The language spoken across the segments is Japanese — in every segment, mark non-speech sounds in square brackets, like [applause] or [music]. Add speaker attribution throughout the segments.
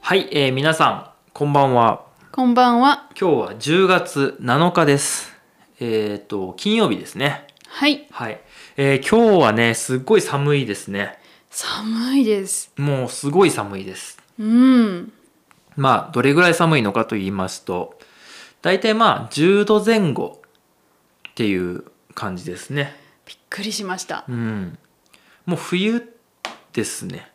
Speaker 1: はい、えー皆さんこんばんは
Speaker 2: こんばんは。
Speaker 1: 今日は10月7日ですえっ、と金曜日ですね
Speaker 2: はい。
Speaker 1: はい、えー今日はねすっごい寒いですね
Speaker 2: 寒いです。
Speaker 1: もうすごい寒いです
Speaker 2: うん。
Speaker 1: まあどれぐらい寒いのかと言いますと大体まあ10度前後っていう感じですね
Speaker 2: びっくりしました。
Speaker 1: うんもう冬ですね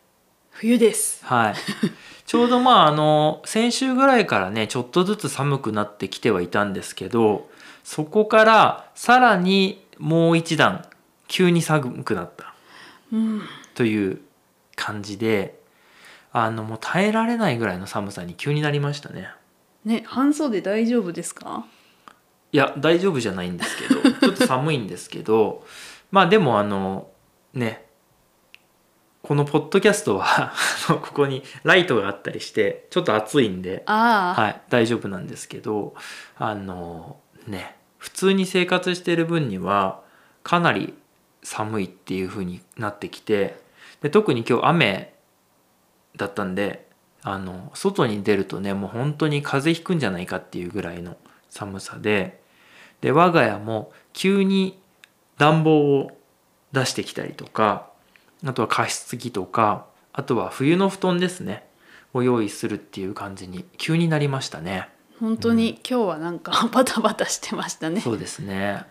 Speaker 2: 冬です。
Speaker 1: はい、 [laughs] ちょうどまああの先週ぐらいからねちょっとずつ寒くなってきてはいたんですけどそこからさらにもう一段急に寒くなった
Speaker 2: うん。
Speaker 1: という感じであのもう耐えられないぐらいの寒さに急になりましたね
Speaker 2: ね、半袖大丈夫ですか？
Speaker 1: いや大丈夫じゃないんです
Speaker 2: [laughs]
Speaker 1: けどちょっと寒いんですけどまあでもあのねこのポッドキャストは [laughs] あのここにライトがあったりしてちょっと暑いんで
Speaker 2: ああ、
Speaker 1: はい、大丈夫なんですけどあのね普通に生活してる分にはかなり寒いっていう風になってきてで特に今日雨だったんであの外に出るとねもう本当に風邪ひくんじゃないかっていうぐらいの寒さでで我が家も急に暖房を出してきたりとかあとは加湿器とかあとは冬の布団ですねを用意するっていう感じに急になりましたね。
Speaker 2: 本当に今日はなんか [laughs] バタバタしてましたね。
Speaker 1: そうですね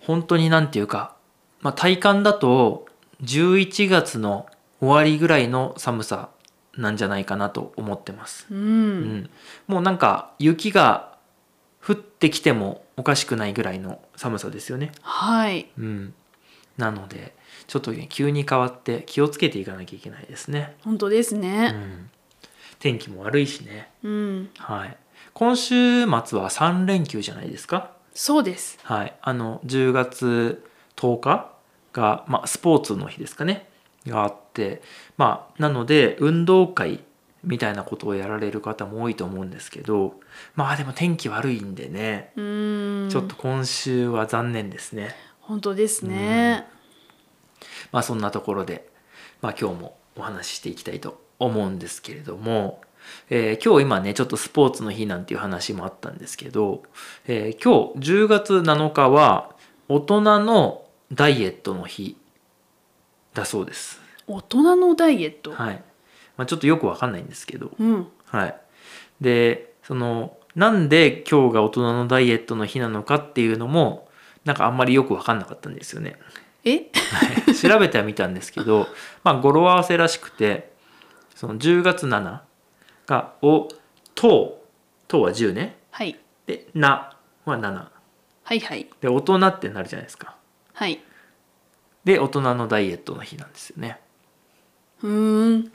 Speaker 1: 本当になんていうか、まあ、体感だと11月の終わりぐらいの寒さなんじゃないかなと思ってます、
Speaker 2: う。
Speaker 1: うんん、もうなんか雪が降ってきてもおかしくないぐらいの寒さですよね
Speaker 2: はい。
Speaker 1: うんなのでちょっとね急に変わって気をつけていかなきゃいけないですね、
Speaker 2: 本当です
Speaker 1: う
Speaker 2: ね。
Speaker 1: ん、天気も悪いしね
Speaker 2: うん。
Speaker 1: はい今週末は3連休じゃないですか
Speaker 2: そうです。
Speaker 1: はい、あの10月10日が、まあ、スポーツの日ですかねがあって、まあ、なので運動会みたいなことをやられる方も多いと思うんですけどまあでも天気悪いんでね、
Speaker 2: うん。
Speaker 1: ちょっと今週は残念ですね。
Speaker 2: 本当ですね。
Speaker 1: まあそんなところで、まあ、今日もお話ししていきたいと思うんですけれども、えー今日今ねちょっとスポーツの日なんていう話もあったんですけど、えー今日10月7日は大人のダイエットの日だそうです。
Speaker 2: 大人のダイエット。
Speaker 1: はいまあ、ちょっとよくわかんないんですけど、
Speaker 2: うん。
Speaker 1: はい、でそのなんで今日が大人のダイエットの日なのかっていうのもなんかあんまりよくわかんなかったんですよね。
Speaker 2: え？ [laughs]
Speaker 1: 調べてはみたんですけど、まあ、語呂合わせらしくてその10月7が「を」「と」「と」は10ね
Speaker 2: はい。
Speaker 1: で「な」は7
Speaker 2: はいはい
Speaker 1: で大人ってなるじゃないですか
Speaker 2: はい。
Speaker 1: で大人のダイエットの日なんですよね
Speaker 2: [laughs] うーん。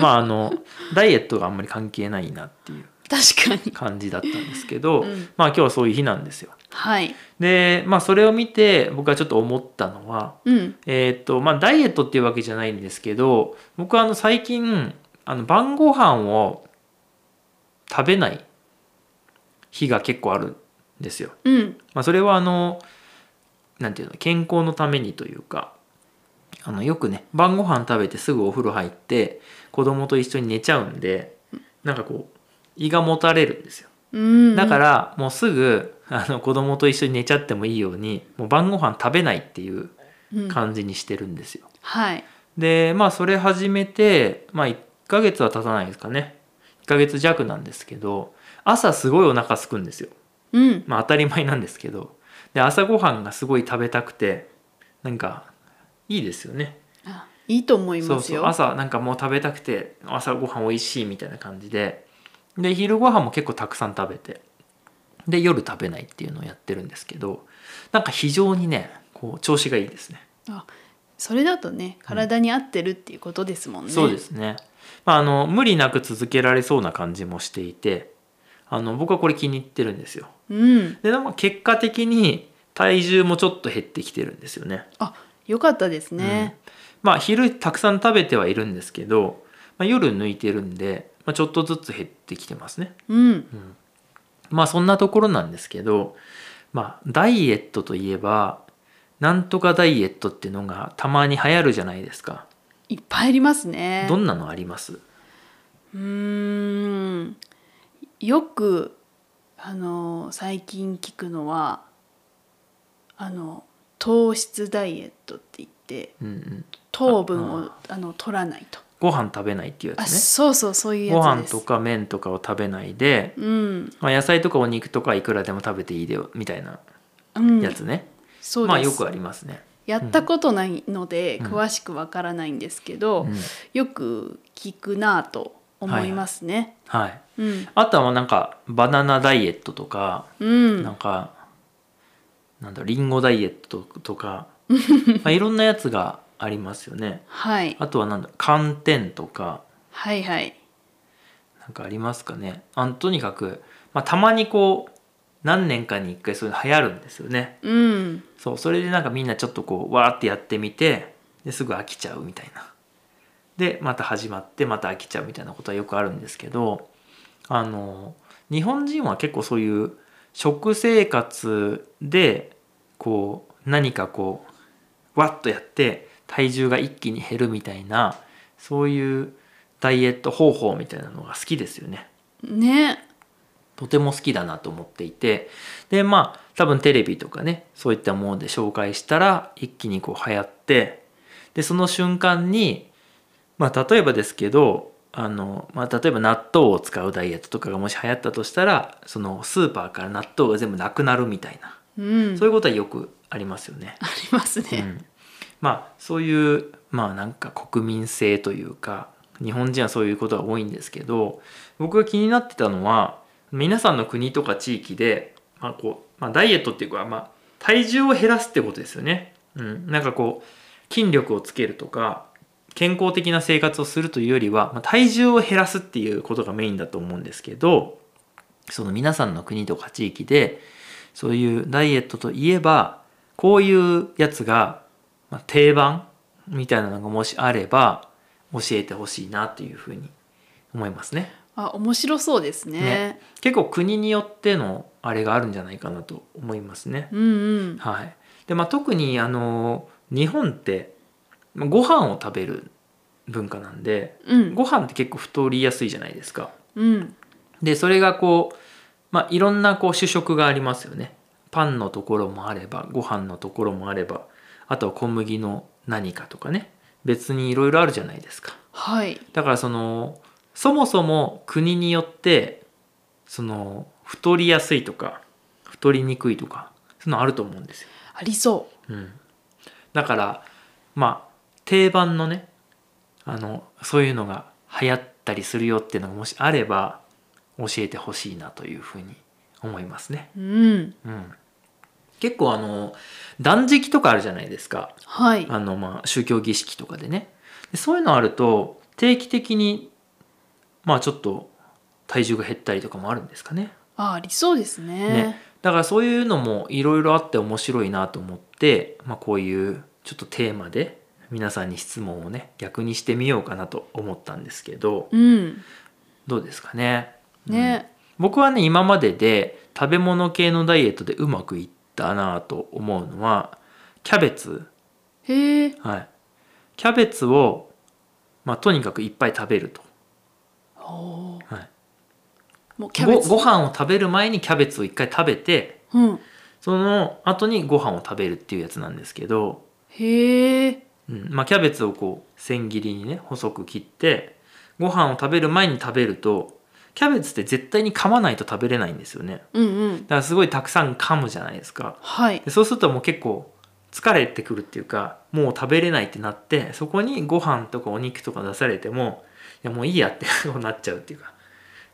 Speaker 1: まああのダイエットがあんまり関係ないなっていう
Speaker 2: 確かに。
Speaker 1: 感じだったんですけど、
Speaker 2: うん
Speaker 1: まあ今日はそういう日なんですよ
Speaker 2: はい。
Speaker 1: でまあそれを見て僕はちょっと思ったのは
Speaker 2: うん。
Speaker 1: えーっとまあダイエットっていうわけじゃないんですけど僕はあの最近あの晩ご飯を食べない日が結構あるんですよ。
Speaker 2: うん。
Speaker 1: まあ、それはあのなんていうの健康のためにというかあのよくね晩ご飯食べてすぐお風呂入って子供と一緒に寝ちゃうんでなんかこう胃がもたれるんですよ。
Speaker 2: うん。
Speaker 1: だか。らもうすぐあの子供と一緒に寝ちゃってもいいようにもう晩ご飯食べないっていう
Speaker 2: うん、
Speaker 1: 感じにしてるんですよ。
Speaker 2: はい。
Speaker 1: でまあそれ始めてまあ1ヶ月は経たないですかね1ヶ月弱なんですけど朝すごいお腹空くんですよ
Speaker 2: うん。
Speaker 1: まあ当たり前なんですけどで朝ごはんがすごい食べたくてなんかいいですよね
Speaker 2: あいいと思い
Speaker 1: そ
Speaker 2: ま
Speaker 1: う
Speaker 2: す
Speaker 1: そ
Speaker 2: よ。
Speaker 1: う朝なんかもう食べたくて朝ごはんおいしいみたいな感じでで昼ごはんも結構たくさん食べてで夜食べないっていうのをやってるんですけどなんか非常にねこう調子がいいですね
Speaker 2: それだとね、体に合ってるっていうことですもんね。
Speaker 1: そうで。すね、まあ、あの無理なく続けられそうな感じもしていてあの僕はこれ気に入ってるんですよ
Speaker 2: うん。
Speaker 1: でなんか結果的に体重もちょっと減ってきてるんですよね
Speaker 2: あ、よかったですね。
Speaker 1: まあ昼たくさん食べてはいるんですけど、まあ、夜抜いてるんで、まあ、ちょっとずつ減ってきてますね
Speaker 2: うん。
Speaker 1: まあそんなところなんですけどまあダイエットといえばなんとかダイエットっていうのがたまに流行るじゃないですか
Speaker 2: いっぱいありますね。
Speaker 1: どんなのあります
Speaker 2: ううーんよくあの最近聞くのはあの糖質ダイエットって言って
Speaker 1: うんうん、
Speaker 2: 糖分
Speaker 1: あ
Speaker 2: をあの取らないと
Speaker 1: ご飯食べないっていうや
Speaker 2: あ
Speaker 1: つ
Speaker 2: そうそうそういう
Speaker 1: ね
Speaker 2: や
Speaker 1: ご
Speaker 2: つ
Speaker 1: 飯
Speaker 2: です
Speaker 1: とか麺とかを食べないで、
Speaker 2: うん、
Speaker 1: まあ、野菜とかお肉とかいくらでも食べていいでよみたいな
Speaker 2: うん、
Speaker 1: やつね、
Speaker 2: そうです、
Speaker 1: まあよくありますね、
Speaker 2: やったことないので、
Speaker 1: うん
Speaker 2: 詳しくわからないんですけど、
Speaker 1: うん
Speaker 2: よく聞くなぁと思いますね、
Speaker 1: はい
Speaker 2: うん
Speaker 1: あとはまあなんかバナナダイエットとか、
Speaker 2: うん
Speaker 1: なんかなんだろうリンゴダイエットと
Speaker 2: [laughs]
Speaker 1: かまあいろんなやつがありますよね
Speaker 2: はい
Speaker 1: あとはなんだ寒天とか
Speaker 2: はいはい
Speaker 1: なんかありますかねあとにかく、まあ、たまにこう何年かに一回そういうの流行るんですよね
Speaker 2: うん
Speaker 1: そうそれでなんかみんなちょっとこうわーってやってみてですぐ飽きちゃうみたいなでまた始まってまた飽きちゃうみたいなことはよくあるんですけどあの日本人は結構そういう食生活でこう何かこうわっとやって体重が一気に減るみたいなそういうダイエット方法みたいなのが好きですよね。
Speaker 2: ね
Speaker 1: とても好きだなと思っていてでまあ多分テレビとかねそういったもので紹介したら一気にこう流行ってでその瞬間にまあ例えばですけどあの、まあ、例えば納豆を使うダイエットとかがもし流行ったとしたらそのスーパーから納豆が全部なくなるみたいな
Speaker 2: うん
Speaker 1: そういうことはよくありますよね。
Speaker 2: あります
Speaker 1: う
Speaker 2: ね、
Speaker 1: ん、まあそういうまあなんか国民性というか日本人はそういうことが多いんですけど僕が気になってたのは皆さんの国とか地域で、まあこうまあ、ダイエットっていうか、まあ、体重を減らすってことですよね。うん、なんかこう筋力をつけるとか健康的な生活をするというよりは、まあ、体重を減らすっていうことがメインだと思うんですけどその皆さんの国とか地域でそういうダイエットといえばこういうやつがまあ定番みたいなのがもしあれば教えてほしいなというふうに思いますね。
Speaker 2: あ面白そうですね
Speaker 1: ね結構国によってのあれがあるんじゃないかなと思いますね。
Speaker 2: うんうん
Speaker 1: はい、で、まあ、特にあの日本ってまあご飯を食べる文化なんで
Speaker 2: うん
Speaker 1: ご飯って結構太りやすいじゃないですか。
Speaker 2: うん
Speaker 1: でそれがこう、まあ、いろんなこう主食がありますよねパンのところもあればご飯のところもあればあとは小麦の何かとかね別にいろいろあるじゃないですか
Speaker 2: はい
Speaker 1: だからそのそもそも国によってその太りやすいとか太りにくいとかそういうのあると思うんですよ、
Speaker 2: ありそ
Speaker 1: うん、だからまあ定番のねあのそういうのが流行ったりするよっていうのがもしあれば教えてほしいなというふうに思いますね。
Speaker 2: ううん
Speaker 1: うん、結構あの断食とかあるじゃないですか
Speaker 2: はい
Speaker 1: あの、まあ、宗教儀式とかでねでそういうのあると定期的にまあちょっと体重が減ったりとかもあるんですかね。
Speaker 2: あありそうですね
Speaker 1: ねだからそういうのもいろいろあって面白いなと思って、まあ、こういうちょっとテーマで皆さんに質問をね逆にしてみようかなと思ったんですけど
Speaker 2: うん
Speaker 1: どうですかねうん
Speaker 2: ね、
Speaker 1: 僕はね今までで食べ物系のダイエットでうまくいったなと思うのはキャベツ
Speaker 2: へえ
Speaker 1: はいキャベツを、まあ、とにかくいっぱい食べると、
Speaker 2: おー
Speaker 1: はい、
Speaker 2: もうキャベツ
Speaker 1: ごご飯を食べる前にキャベツを一回食べて
Speaker 2: うん
Speaker 1: その後にご飯を食べるっていうやつなんですけど
Speaker 2: へえ
Speaker 1: うんまあ、キャベツをこう千切りにね細く切ってご飯を食べる前に食べるとキャベツって絶対に噛まないと食べれないんですよねだ
Speaker 2: うんうん
Speaker 1: からすごいたくさん噛むじゃないですか
Speaker 2: はい
Speaker 1: でそうするともう結構疲れてくるっていうかもう食べれないってなってそこにご飯とかお肉とか出されてもいやもういいやって [laughs] こうなっちゃうっていうか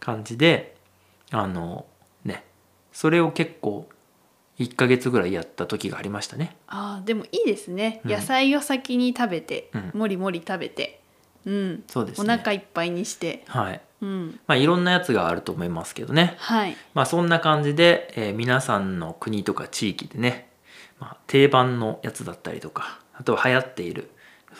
Speaker 1: 感じであのねそれを結構1ヶ月ぐらいやった時がありましたね
Speaker 2: あーでもいいですね、
Speaker 1: うん
Speaker 2: 野菜を先に食べて、
Speaker 1: うん
Speaker 2: もりもり食べてうん
Speaker 1: そうです
Speaker 2: お
Speaker 1: ね
Speaker 2: 腹いっぱいにして
Speaker 1: はい
Speaker 2: うん
Speaker 1: まあいろんなやつがあると思いますけどね
Speaker 2: はい
Speaker 1: まあそんな感じで、えー皆さんの国とか地域でね、まあ、定番のやつだったりとかあとは流行っている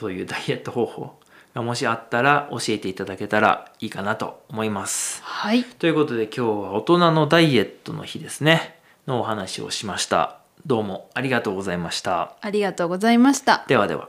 Speaker 1: そう [laughs] いうダイエット方法がもしあったら教えていただけたらいいかなと思います。
Speaker 2: はい
Speaker 1: ということで今日は大人のダイエットの日ですねのお話をしました。どうもありがとうございました。
Speaker 2: ありがとうございました
Speaker 1: ではでは。